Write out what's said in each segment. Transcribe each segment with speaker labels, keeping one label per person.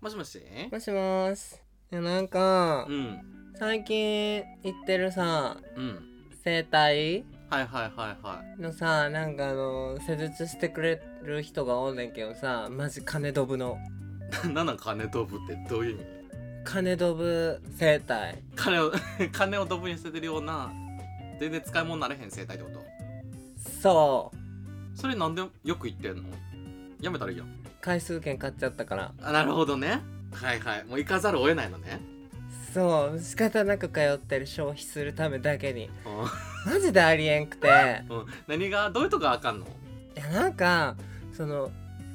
Speaker 1: もしもし
Speaker 2: もしもーし。いやなんか、
Speaker 1: うん
Speaker 2: 最近行ってるさ、
Speaker 1: うん
Speaker 2: 整体
Speaker 1: はいはいはいはい
Speaker 2: のさ、なんかあの、施術してくれる人がおんねんけどさ、マジ金ドブの。
Speaker 1: 何なん金飛ぶってどういう意味
Speaker 2: 金ドブ整体。
Speaker 1: 金を 金をドブに捨ててるような全然使い物になれへん生態ってこと
Speaker 2: そう。
Speaker 1: それなんでよく言ってんのやめたらいいやん
Speaker 2: 回数券買っちゃったから。
Speaker 1: あなるほどねはいはいもう行かざるを得ないのね
Speaker 2: そう、仕方なく通ってる消費するためだけに。
Speaker 1: う
Speaker 2: マジでありえんくて。
Speaker 1: んうん何がどういうとこがあかんの
Speaker 2: いやなんかその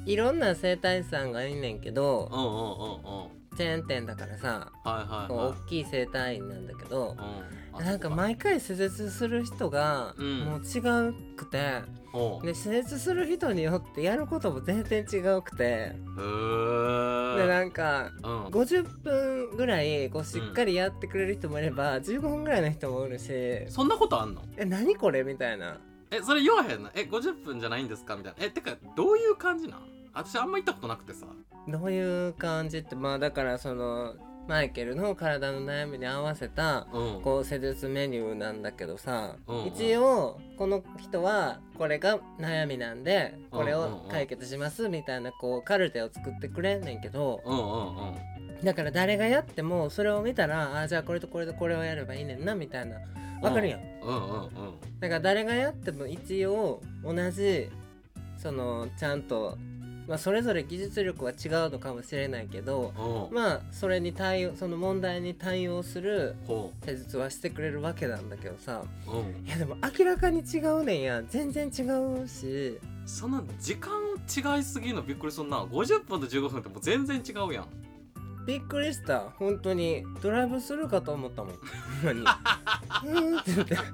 Speaker 2: いろんな整体師さんがいんねんけ
Speaker 1: う
Speaker 2: ど
Speaker 1: んうんうんうん
Speaker 2: チェーン店だからさ
Speaker 1: はいはい
Speaker 2: こ
Speaker 1: は
Speaker 2: う大きい整体院なんだけど
Speaker 1: いうんあ
Speaker 2: なんか毎回施術する人が
Speaker 1: うん
Speaker 2: もう違うくて、
Speaker 1: そうか
Speaker 2: で施術する人によってやることも全然違うくて、
Speaker 1: うんへ
Speaker 2: で
Speaker 1: え
Speaker 2: なんか
Speaker 1: うんうん
Speaker 2: 50分ぐらいこうしっかりやってくれる人もいれば15分ぐらいの人もおるし「え
Speaker 1: そんなことあんの
Speaker 2: 何これ?」みたいな
Speaker 1: えそれ言わへんのえ50分じゃないんですかみたいなえてかどういう感じなん私あんま行ったことなくてさ
Speaker 2: どういう感じってまあだからそのマイケルの体の悩みに合わせた
Speaker 1: うん
Speaker 2: こう施術メニューなんだけどさ、
Speaker 1: うんうん
Speaker 2: 一応この人はこれが悩みなんでこれ
Speaker 1: うんうんう
Speaker 2: を
Speaker 1: ん
Speaker 2: 解決しますみたいなこうカルテを作ってくれんねんけど
Speaker 1: うんうんうん
Speaker 2: だから誰がやってもそれを見たらあーじゃあこれとこれとこれをやればいいねんなみたいなわかるやん、
Speaker 1: うんうんうん
Speaker 2: だから誰がやっても一応同じそのちゃんと、まあ、それぞれ技術力は違うのかもしれないけど
Speaker 1: うん
Speaker 2: まあそれに対応その問題に対応する
Speaker 1: ほ
Speaker 2: 施術はしてくれるわけなんだけどさ
Speaker 1: ううん
Speaker 2: いやでも明らかに違うねんや全然違うし
Speaker 1: その時間違いすぎるのびっくりすんな50分と15分ってもう全然違うやん
Speaker 2: びっくりした本当にドライブするかと思ったもんほんまにうーんって言 って
Speaker 1: いや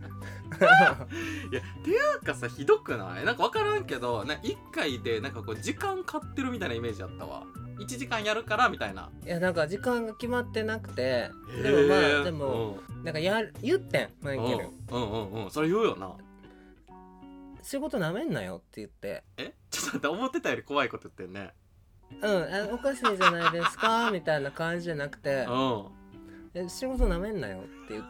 Speaker 1: っていうかさひどくないなんか分からんけどな1回でなんかこう時間買ってるみたいなイメージやったわ1時間やるからみたいない
Speaker 2: やなんか時間が決まってなくてでもま
Speaker 1: へ
Speaker 2: あ
Speaker 1: え
Speaker 2: でも
Speaker 1: うん
Speaker 2: なんかやる言ってんマイケル
Speaker 1: うんうんうんうんそれ言うよな
Speaker 2: 仕事なめんなよって言って
Speaker 1: えちょっと待って思ってたより怖いこと言ってんね
Speaker 2: うんあおかしいじゃないですかみたいな感じじゃなく
Speaker 1: うん
Speaker 2: てえ仕事なめんなよって言っ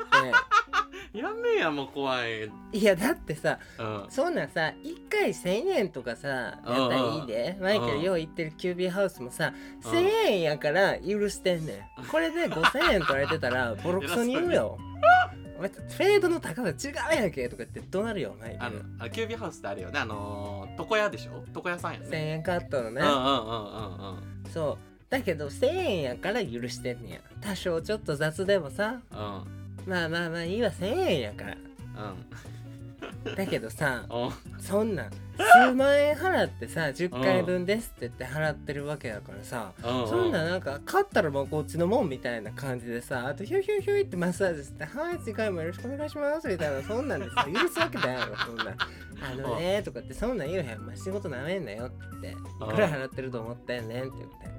Speaker 1: やめやもう怖いうん
Speaker 2: ていやだってさ
Speaker 1: うん
Speaker 2: そんなんさ1回1,000円とかさやったらいいでマイケルよう言ってるキュービーハウスもさ
Speaker 1: うん
Speaker 2: 1,000円やから許してんねんこれで5,000円取られて たらボロクソに言うよお前フェードの高さ違うやんけとかってどうなるよマイケ
Speaker 1: あの
Speaker 2: ル
Speaker 1: あのキュービーハウスってあるよねあのー床屋でしょ床屋さんや
Speaker 2: 1,000
Speaker 1: ね
Speaker 2: 円カットの
Speaker 1: う
Speaker 2: ね
Speaker 1: んうんうんうんうん
Speaker 2: そうだけど1,000円やから許してんねや多少ちょっと雑でもさ
Speaker 1: うん
Speaker 2: まあまあまあいいわ1,000円やから
Speaker 1: うん
Speaker 2: だけどさ
Speaker 1: お
Speaker 2: そんなん数万円払ってさ10回分ですって言って払ってるわけだからさ、
Speaker 1: うん
Speaker 2: そんななんか勝ったらもうこっちのもんみたいな感じでさあとヒューヒューヒューってマッサージして「はい次回もよろしくお願いします」みたいなそんなんでさ許すわけだよそんなん「あのね」とかってそんなん言うへん「まあ、仕事なめんなよ」って言って「いくら払ってると思ってんねん」って言って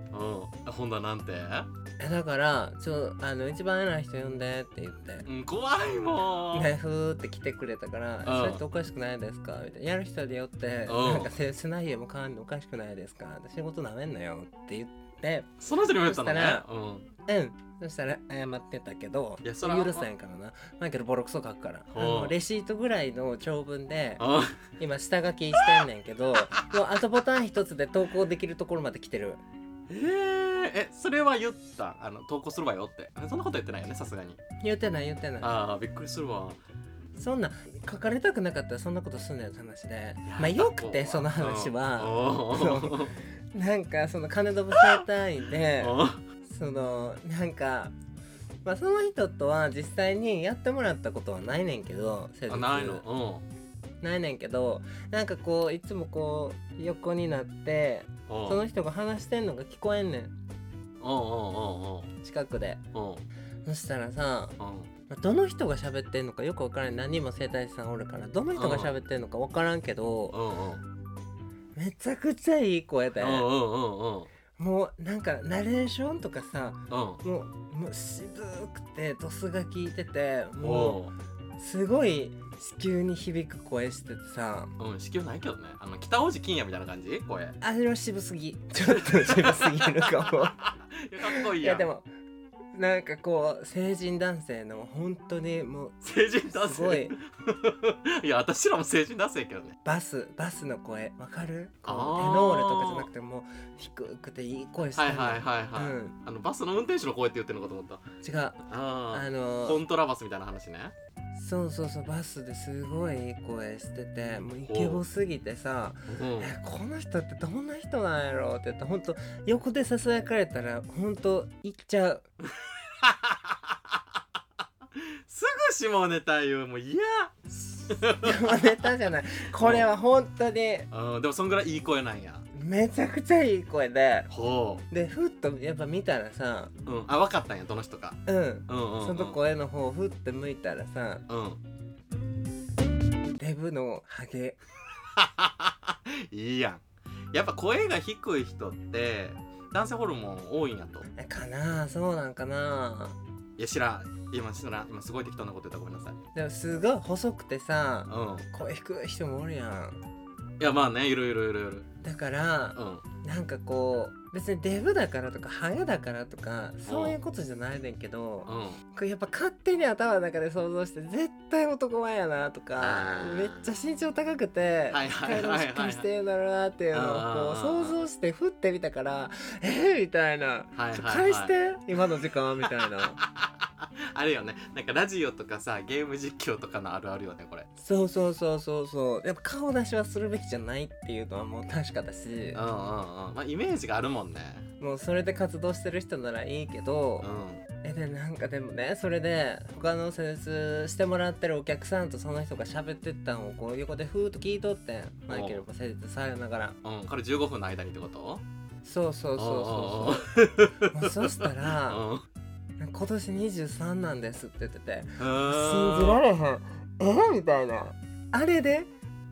Speaker 1: うんほんだなんて
Speaker 2: 「えだからちょあの一番偉い人呼んで」って言って。
Speaker 1: うん怖いもん
Speaker 2: ね、ふーって来てくれたから「それっておかしくないですか?」みたいな「やる人でよって
Speaker 1: うん
Speaker 2: なんかせせないよも変わんのおかしくないですか?」仕事なめんなよ」って言って
Speaker 1: その人に言われたの
Speaker 2: そした
Speaker 1: ね
Speaker 2: ら
Speaker 1: うん
Speaker 2: うんそしたら謝ってたけど
Speaker 1: いやそれは
Speaker 2: 許せんからなマイケルボロクソ書くからあ
Speaker 1: おう
Speaker 2: のレシートぐらいの長文で
Speaker 1: うん
Speaker 2: 今下書きしてんねんけど もうあとボタン一つで投稿できるところまで来てる
Speaker 1: えーえそれは言ったあの投稿するわよってそんなこと言ってないよねさすがに
Speaker 2: 言ってない言ってない
Speaker 1: ああびっくりするわ
Speaker 2: そんな書かれたくなかったらそんなことすんなよって話でまあよくてその話は
Speaker 1: うんうん
Speaker 2: なんかその金飛ぶ生体院で
Speaker 1: うん
Speaker 2: そのなんかまあその人とは実際にやってもらったことはないねんけど施術
Speaker 1: あないの
Speaker 2: ないねんけどなんかこういつもこう横になって
Speaker 1: うんうん
Speaker 2: その人が話してんのが聞こえんねん
Speaker 1: うんうんうん
Speaker 2: 近くで
Speaker 1: うん
Speaker 2: そしたらさ
Speaker 1: うん
Speaker 2: どの人が喋ってんのかよくわからん何人も生体師さんおるからどの人が喋ってんのかわからんけど
Speaker 1: うんうん
Speaker 2: めちゃくちゃいい声で
Speaker 1: うんうんうんうん
Speaker 2: もうなんかナレーションとかさ
Speaker 1: うん
Speaker 2: もうもう渋くてドスが効いてても
Speaker 1: おう
Speaker 2: うすごい子宮に響く声しててさ
Speaker 1: うん子宮ないけどねあの北王子金也みたいな感じ声い
Speaker 2: あれは渋すぎちょっと渋すぎるかも
Speaker 1: やかっ こいい
Speaker 2: い
Speaker 1: や
Speaker 2: や
Speaker 1: ん
Speaker 2: でもなんかこう成人男性の本当にもう
Speaker 1: 成人男性
Speaker 2: すごい
Speaker 1: いや私らも成人男性やけどね
Speaker 2: バスバスの声わかるこう
Speaker 1: あー
Speaker 2: テノールとかじゃなくてもう低くていい声して
Speaker 1: はい
Speaker 2: るの
Speaker 1: はいはいはい、
Speaker 2: うん
Speaker 1: あのバスの運転手の声って言ってるのかと思った
Speaker 2: 違う
Speaker 1: あ
Speaker 2: あ
Speaker 1: あ
Speaker 2: の
Speaker 1: コントラバスみたいな話ね
Speaker 2: そうそうそうバスですごいいい声しててもうイケボすぎてさ
Speaker 1: うん
Speaker 2: えこの人ってどんな人なんやろうって言ってほんと横でささやかれたらほんと行っちゃ う
Speaker 1: すぐ下ネタ言うもう嫌
Speaker 2: 下ネタじゃないこれは本当に
Speaker 1: うんでもそんぐらいいい声なんや
Speaker 2: めちゃくちゃいい声で
Speaker 1: ほ
Speaker 2: でふっとやっぱ見たらさ
Speaker 1: ううんあ分かったんやどの人か
Speaker 2: うん
Speaker 1: うんうん、うん、
Speaker 2: その声の方ふって向いたらさ
Speaker 1: うん
Speaker 2: デブのハゲ
Speaker 1: いいやんやっぱ声が低い人って男性ホルモン多いんやと
Speaker 2: えかなあそうなんかなあ
Speaker 1: いや知らん今知らん今すごい適当なこと言ったごめんなさい
Speaker 2: でもすごい細くてさ
Speaker 1: う
Speaker 2: 声低い人もおるやん
Speaker 1: んいやまあねいろいろいろいろ
Speaker 2: だから
Speaker 1: うん
Speaker 2: なんかこう別にデブだからとかハゲだからとかそういうことじゃないねんけど
Speaker 1: うん
Speaker 2: これやっぱ勝手に頭の中で想像して絶対男前やなとか
Speaker 1: あー
Speaker 2: めっちゃ身長高くて
Speaker 1: はいはいはいはい
Speaker 2: しっかりしてるだろうなっていうのをこう想像して振ってみたからえー、みたいな
Speaker 1: はいはいはい
Speaker 2: 返して今の時間みたいな
Speaker 1: あれよねなんかラジオとかさゲーム実況とかのあるあるよねこれ
Speaker 2: そうそうそうそうそうやっぱ顔出しはするべきじゃないっていうのはもう確かだし
Speaker 1: うんうんうんまあイメージがあるもんね
Speaker 2: もうそれで活動してる人ならいいけど
Speaker 1: う
Speaker 2: えでなんかでもねそれで他の施術してもらってるお客さんとその人が喋ってったんをこう横でふーっと聞いとってんマイケルも施術されながら
Speaker 1: んうんこれ15分の間にってこと
Speaker 2: そうそうそううそうもうそしたら
Speaker 1: んうん
Speaker 2: 「今年23なんです」って言ってて「信じら
Speaker 1: へー
Speaker 2: れへんえみたいなあれで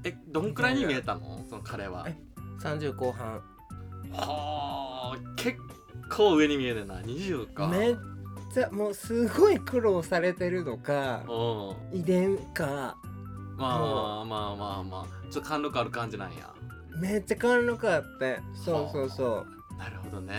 Speaker 1: えどんくらいに見えたのその彼は
Speaker 2: え30後半
Speaker 1: はあ結構上に見えるな20か
Speaker 2: めっちゃもうすごい苦労されてるのか
Speaker 1: うん
Speaker 2: 遺伝か
Speaker 1: まあまあまあまあちょっと貫禄ある感じなんや
Speaker 2: めっちゃ貫禄あってそうそうそう。
Speaker 1: なるほどね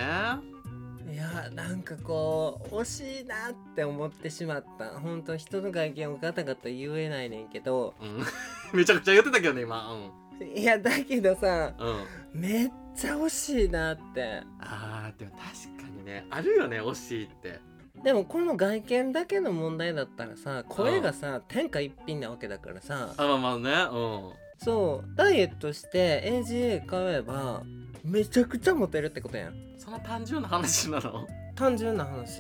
Speaker 2: いやなんかこう惜しいなって思ってしまった本当人の外見をガタガタ言えないねんけど
Speaker 1: うん めちゃくちゃ言ってたけどね今うん
Speaker 2: いやだけどさ
Speaker 1: うん
Speaker 2: めっちゃ惜しいなって
Speaker 1: あーでも確かにねあるよね惜しいって
Speaker 2: でもこの外見だけの問題だったらさ声がさ天下一品なわけだからさ
Speaker 1: あまあまあねうん
Speaker 2: そうダイエットして AGA 買えばめちゃくちゃモテるってことやん
Speaker 1: そんな単純な話なの
Speaker 2: 単純な話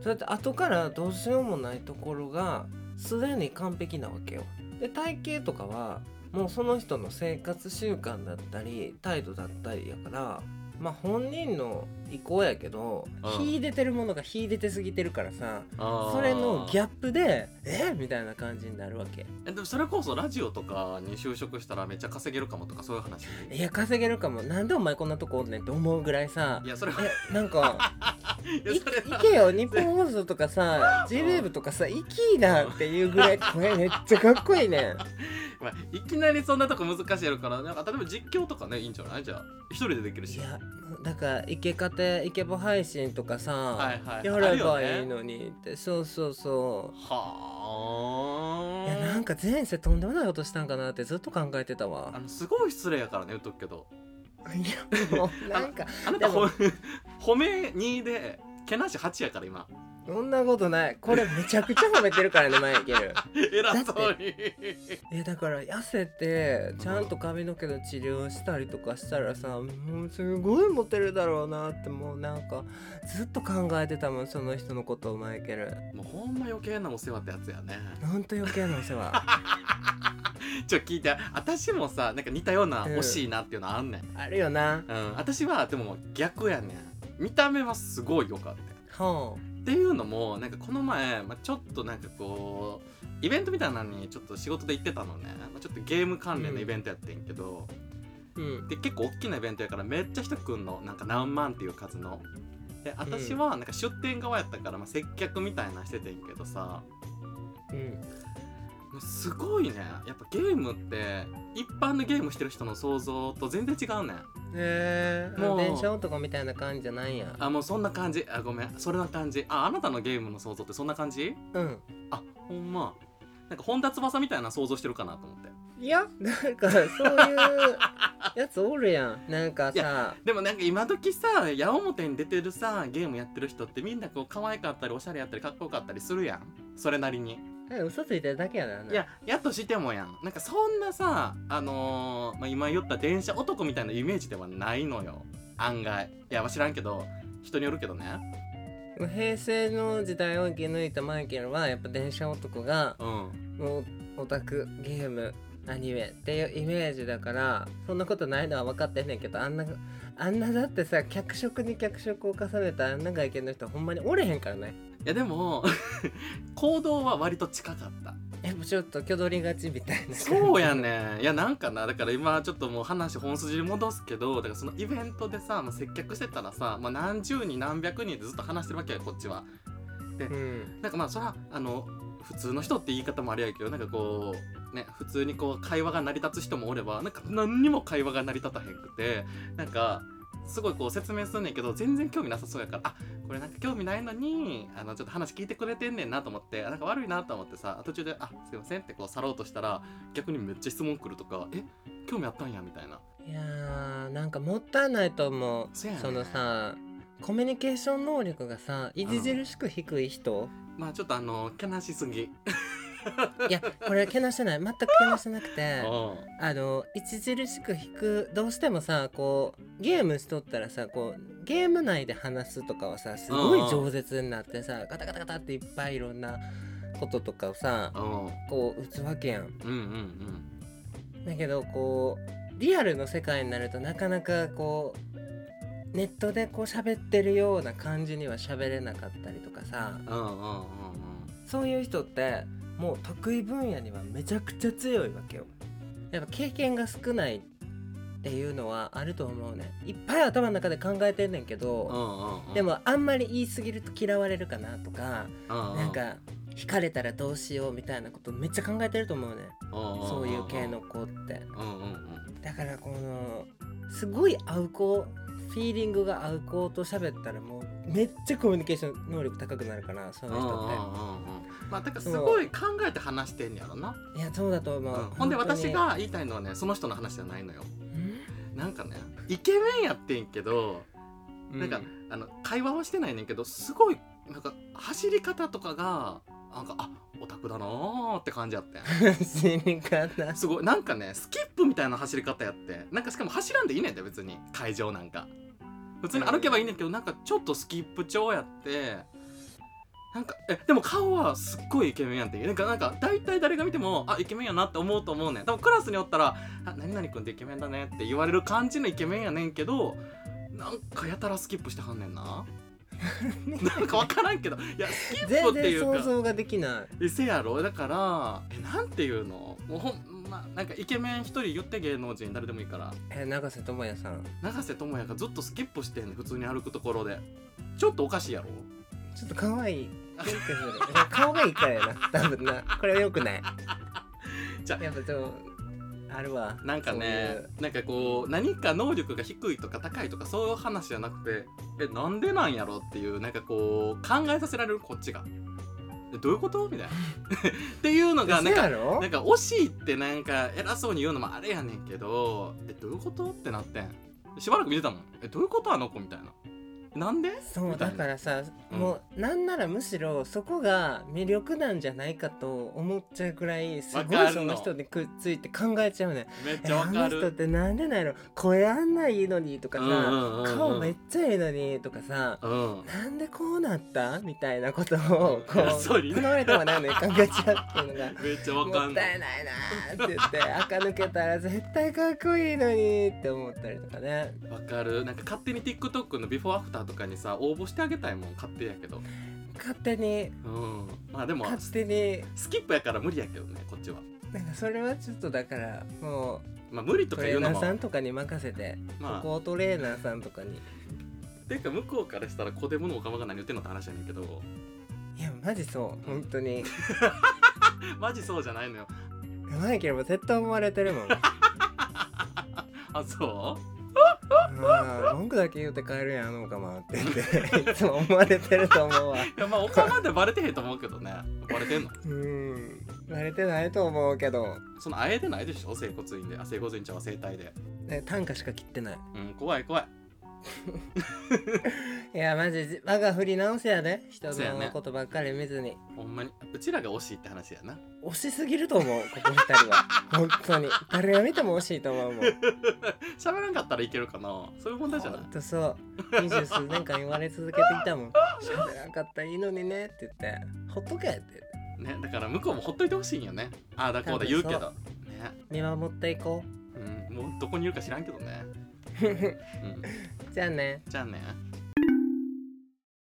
Speaker 2: そうやって後からどうしようもないところがすでに完璧なわけよで体型とかはもうその人の生活習慣だったり態度だったりやからまあ本人の意向やけど
Speaker 1: うん
Speaker 2: 秀でてるものが秀でてすぎてるからさ
Speaker 1: あー
Speaker 2: それのギャップでえみたいな感じになるわけ
Speaker 1: えでもそれこそラジオとかに就職したらめっちゃ稼げるかもとかそういう話
Speaker 2: いや稼げるかもなんでお前こんなとこおんねんって思うぐらいさ
Speaker 1: いやそれは
Speaker 2: えなんか
Speaker 1: いや
Speaker 2: い
Speaker 1: それ
Speaker 2: 行
Speaker 1: は
Speaker 2: けよ日本放送とかさ j w a v とかさ行きーなっていうぐら い声めっちゃかっこいいねん
Speaker 1: まあ、いきなりそんなとこ難しいやろからなんか例えば実況とかねいいんじゃないじゃあ一人でできるし
Speaker 2: いやだからイケカテイケボ配信とかさ、
Speaker 1: はいはい
Speaker 2: やれば
Speaker 1: ある
Speaker 2: い
Speaker 1: よね
Speaker 2: いのにって、そうそうそ
Speaker 1: は
Speaker 2: う
Speaker 1: あ
Speaker 2: いやなんか前世とんでもないことしたんかなってずっと考えてたわ
Speaker 1: あのすごい失礼やからね言っとくけど
Speaker 2: いやもうなんか
Speaker 1: あなた
Speaker 2: でも
Speaker 1: ほ 褒め2でけなし8やから今
Speaker 2: そんなことないこれめちゃくちゃ褒めてるからねマイケル
Speaker 1: 偉そうに
Speaker 2: えだから痩せてちゃんと髪の毛の治療したりとかしたらさもうすごいモテるだろうなってもうなんかずっと考えてたもんその人のことをマイケル
Speaker 1: もうほんま余計なお世話ってやつやね
Speaker 2: なんと余計なお世話
Speaker 1: ちょ聞いて私もさなんか似たような
Speaker 2: うん
Speaker 1: 惜しいなっていうのあんねん、
Speaker 2: あるよな
Speaker 1: うん、私はでも逆やねん見た目はすごい良かった
Speaker 2: ほ
Speaker 1: っていうのもなんかこの前、まあ、ちょっとなんかこうイベントみたいなのにちょっと仕事で行ってたのね、まあ、ちょっとゲーム関連のイベントやってんけど、
Speaker 2: ううん
Speaker 1: で結構大きなイベントやからめっちゃ人来んのなんか何万っていう数の。で私はなんか出店側やったから、まあ、接客みたいなのしててんけどさ
Speaker 2: うん
Speaker 1: すごいねやっぱゲームって一般のゲームしてる人の想像と全然違うねん
Speaker 2: えー、
Speaker 1: もう
Speaker 2: 電車男みたいな感じじゃないんや
Speaker 1: あもうそんな感じあごめんそれな感じああなたのゲームの想像ってそんな感じ
Speaker 2: うん
Speaker 1: あほんまなんか本田翼みたいな想像してるかなと思って
Speaker 2: いやなんかそういうやつおるやんなんか
Speaker 1: い
Speaker 2: さ
Speaker 1: でもなんか今時さ矢面に出てるさゲームやってる人ってみんなこう可愛かったりおしゃれやったりかっこよかったりするやんそれなりに
Speaker 2: え嘘ついてるだけやなあんない
Speaker 1: ややっとしてもやんなんかそんなさあのーまあ、今言った電車男みたいなイメージではないのよ案外いやまあ知らんけど人によるけどね
Speaker 2: 平成の時代を生き抜いたマイケルはやっぱ電車男が
Speaker 1: うん
Speaker 2: もうオタクゲームアニメっていうイメージだからそんなことないのは分かってんねんけどあんなあんなだってさ脚色に脚色を重ねたあんな外見の人ほんまにおれへんからね
Speaker 1: いやでも 行動は割と近かった
Speaker 2: やっぱちょっと挙取りがちみたいな
Speaker 1: そうや
Speaker 2: ん
Speaker 1: ねんいやなんかなだから今ちょっともう話本筋に戻すけどだからそのイベントでさ、まあ、接客してたらさ、まあ、何十人何百人でずっと話してるわけよこっちは
Speaker 2: うん
Speaker 1: なんかまあそらあの普通の人って言い方もあれやけどなんかこうね普通にこう会話が成り立つ人もおればなんか何にも会話が成り立たへんくてなんかすごいこう説明すんねんけど全然興味なさそうやからあこれなんか興味ないのにあのちょっと話聞いてくれてんねんなと思ってあなんか悪いなと思ってさ途中で「あすいません」ってこう去ろうとしたら逆にめっちゃ質問来るとか「え興味あったんや」みたいない
Speaker 2: やーなんかもったいないと思う
Speaker 1: そやねん
Speaker 2: のさコミュニケーション能力がさ著しく低い人、
Speaker 1: まあちょっとあの悲しすぎ
Speaker 2: いやこれけなしてない全くけなしてなく
Speaker 1: う
Speaker 2: て
Speaker 1: ん
Speaker 2: あの著しく引くどうしてもさこうゲームしとったらさこうゲーム内で話すとかはさすごい饒舌になってさガタガタガタっていっぱいいろんなこととかをさ
Speaker 1: うん
Speaker 2: こう打つわけや
Speaker 1: う
Speaker 2: ん。
Speaker 1: んうん
Speaker 2: だけどこうリアルの世界になるとなかなかこうネットでこう喋ってるような感じには喋れなかったりとかさ
Speaker 1: うんうんうんうんうん
Speaker 2: そういう人ってもう得意分野にはめちゃくちゃ強いわけよやっぱ経験が少ないっていうのはあると思うねいっぱい頭の中で考えてんねんけ
Speaker 1: う
Speaker 2: ど、
Speaker 1: んうんうん
Speaker 2: でもあんまり言い過ぎると嫌われるかなとか、
Speaker 1: な
Speaker 2: なんか惹かれたらどうしようみたいなことめっちゃ考えてると思うねそういう系の子って
Speaker 1: うんうん
Speaker 2: だからこのすごい合う子フィーリングが合う子と喋ったらもうめっちゃコミュニケーション能力高くなるからそううんいう人って。
Speaker 1: まあだからすごい考えて話してんやろな、
Speaker 2: いやそうだと思う、
Speaker 1: うんほんで
Speaker 2: 本当に
Speaker 1: 私が言いたいのはねその人の話じゃないのよ
Speaker 2: う
Speaker 1: なんかねイケメンやってんけど、
Speaker 2: ん
Speaker 1: なんか あの会話はしてないねんけどすごいなんか走り方とかがなんかあオタクだなーって感じやってん
Speaker 2: 死に方
Speaker 1: すごいなんかねスキップみたいな走り方やってなんかしかも走らんでいいねんだよ別に会場なんか普通に歩けばいいねんけどなんかちょっとスキップ調やってなんかえでも顔はすっごいイケメンやんってなんかなんか大体誰が見てもあイケメンやなって思うと思うねんでもクラスにおったら「あ何々君ってイケメンだね」って言われる感じのイケメンやねんけどなんかやたらスキップしてはんねんな なんかわからんけどいやスキップ
Speaker 2: 全
Speaker 1: ってい
Speaker 2: 然
Speaker 1: うか
Speaker 2: 想像ができな
Speaker 1: えせやろだからえなんていうのもうほんまなんかイケメン一人言って芸能人誰でもいいから
Speaker 2: いえ永瀬智也さん
Speaker 1: 永瀬智也がずっとスキップしてんねん普通に歩くところでちょっとおかしいやろ
Speaker 2: ちょっと可愛いキュンキュンする いや顔がいいからやな多分なこれは良くない
Speaker 1: じゃあ
Speaker 2: やっぱちょっとあるわ
Speaker 1: なんかねなんかこう何か能力が低いとか高いとかそういう話じゃなくてえなんでなんやろっていうなんかこう考えさせられるこっちがえどういうこと みたいなっていうの
Speaker 2: そういう
Speaker 1: がなん
Speaker 2: 嘘
Speaker 1: か
Speaker 2: やろ
Speaker 1: なんか惜しいってなんか偉そうに言うのもあれやねんけどえどういうことってなってんしばらく見てたもんえどういうことあの子みたいななんで
Speaker 2: そう
Speaker 1: みたい
Speaker 2: だ
Speaker 1: な
Speaker 2: からさ、
Speaker 1: うん
Speaker 2: もうなんならむしろそこが魅力なんじゃないかと思っちゃうくらいす
Speaker 1: わ
Speaker 2: ご
Speaker 1: かる
Speaker 2: い
Speaker 1: の
Speaker 2: その人にくっついて考えちゃうね
Speaker 1: めっ
Speaker 2: え
Speaker 1: ちゃわ
Speaker 2: あ
Speaker 1: か
Speaker 2: の人っ
Speaker 1: る
Speaker 2: てなんでないの声あんないいのにとかさ、
Speaker 1: うんうんうんうん
Speaker 2: 顔めっちゃいいのにとかさ、
Speaker 1: うん
Speaker 2: なんでこうなったみたいなことをこう
Speaker 1: それ
Speaker 2: 振られてもないのに考えちゃうっていうのが
Speaker 1: めっちゃわか
Speaker 2: もっ
Speaker 1: んな
Speaker 2: たい
Speaker 1: い
Speaker 2: ないなーって言って 垢抜けたら絶対かっこいいのにって思ったりとかね
Speaker 1: わかるなんか勝手に TikTok のビフォーアフターとかにさ応募してあげたいもん勝手やけど
Speaker 2: 勝手に
Speaker 1: うんまあでも
Speaker 2: 勝手に
Speaker 1: スキップやから無理やけどねこっちは
Speaker 2: なんかそれはちょっとだからも
Speaker 1: まあ無理
Speaker 2: う
Speaker 1: と
Speaker 2: ト
Speaker 1: か
Speaker 2: レ
Speaker 1: 言
Speaker 2: ー
Speaker 1: うの
Speaker 2: ナー
Speaker 1: も
Speaker 2: さんとかに任せて、
Speaker 1: まあ
Speaker 2: ここトレーナーさんとかに
Speaker 1: てか向こうからしたら子供のおかまが何言ってんのって話やねんけど
Speaker 2: いやマジそう本当に
Speaker 1: マジそうじゃないのよ
Speaker 2: うまいければ絶対思われてるもん
Speaker 1: あそ
Speaker 2: ああ文句だけ言うて帰るやんあのオカマって言っていつも思われてると思うわ
Speaker 1: ういやまあおかまでバレてへんと思うけどねバレてんの
Speaker 2: うんバレてないと思うけど、
Speaker 1: そのあえてないでしょ整骨院であ整骨院ちゃんは整体で
Speaker 2: ね、短歌しか切ってない
Speaker 1: うん怖い怖い
Speaker 2: いやマジ我が振り直せやで人
Speaker 1: そうやね
Speaker 2: のことばっかり見ずに、
Speaker 1: ほんまにうちらが惜しいって話やな
Speaker 2: 惜しすぎると思うここ二 人は本当に誰が見ても惜しいと思うもん
Speaker 1: 喋らんかったらいけるかなそういう問題じゃない
Speaker 2: ほんとそう二十数年間言われ続けて きたもん喋らんかったらいいのにねって言ってほっとけって
Speaker 1: ねだから向こうもほっといてほしいんよねああだこうだ言うけどね
Speaker 2: 見守っていこ
Speaker 1: うんもうどこにいるか知らんけどね、
Speaker 2: う
Speaker 1: うん、
Speaker 2: じゃあね
Speaker 1: じゃあね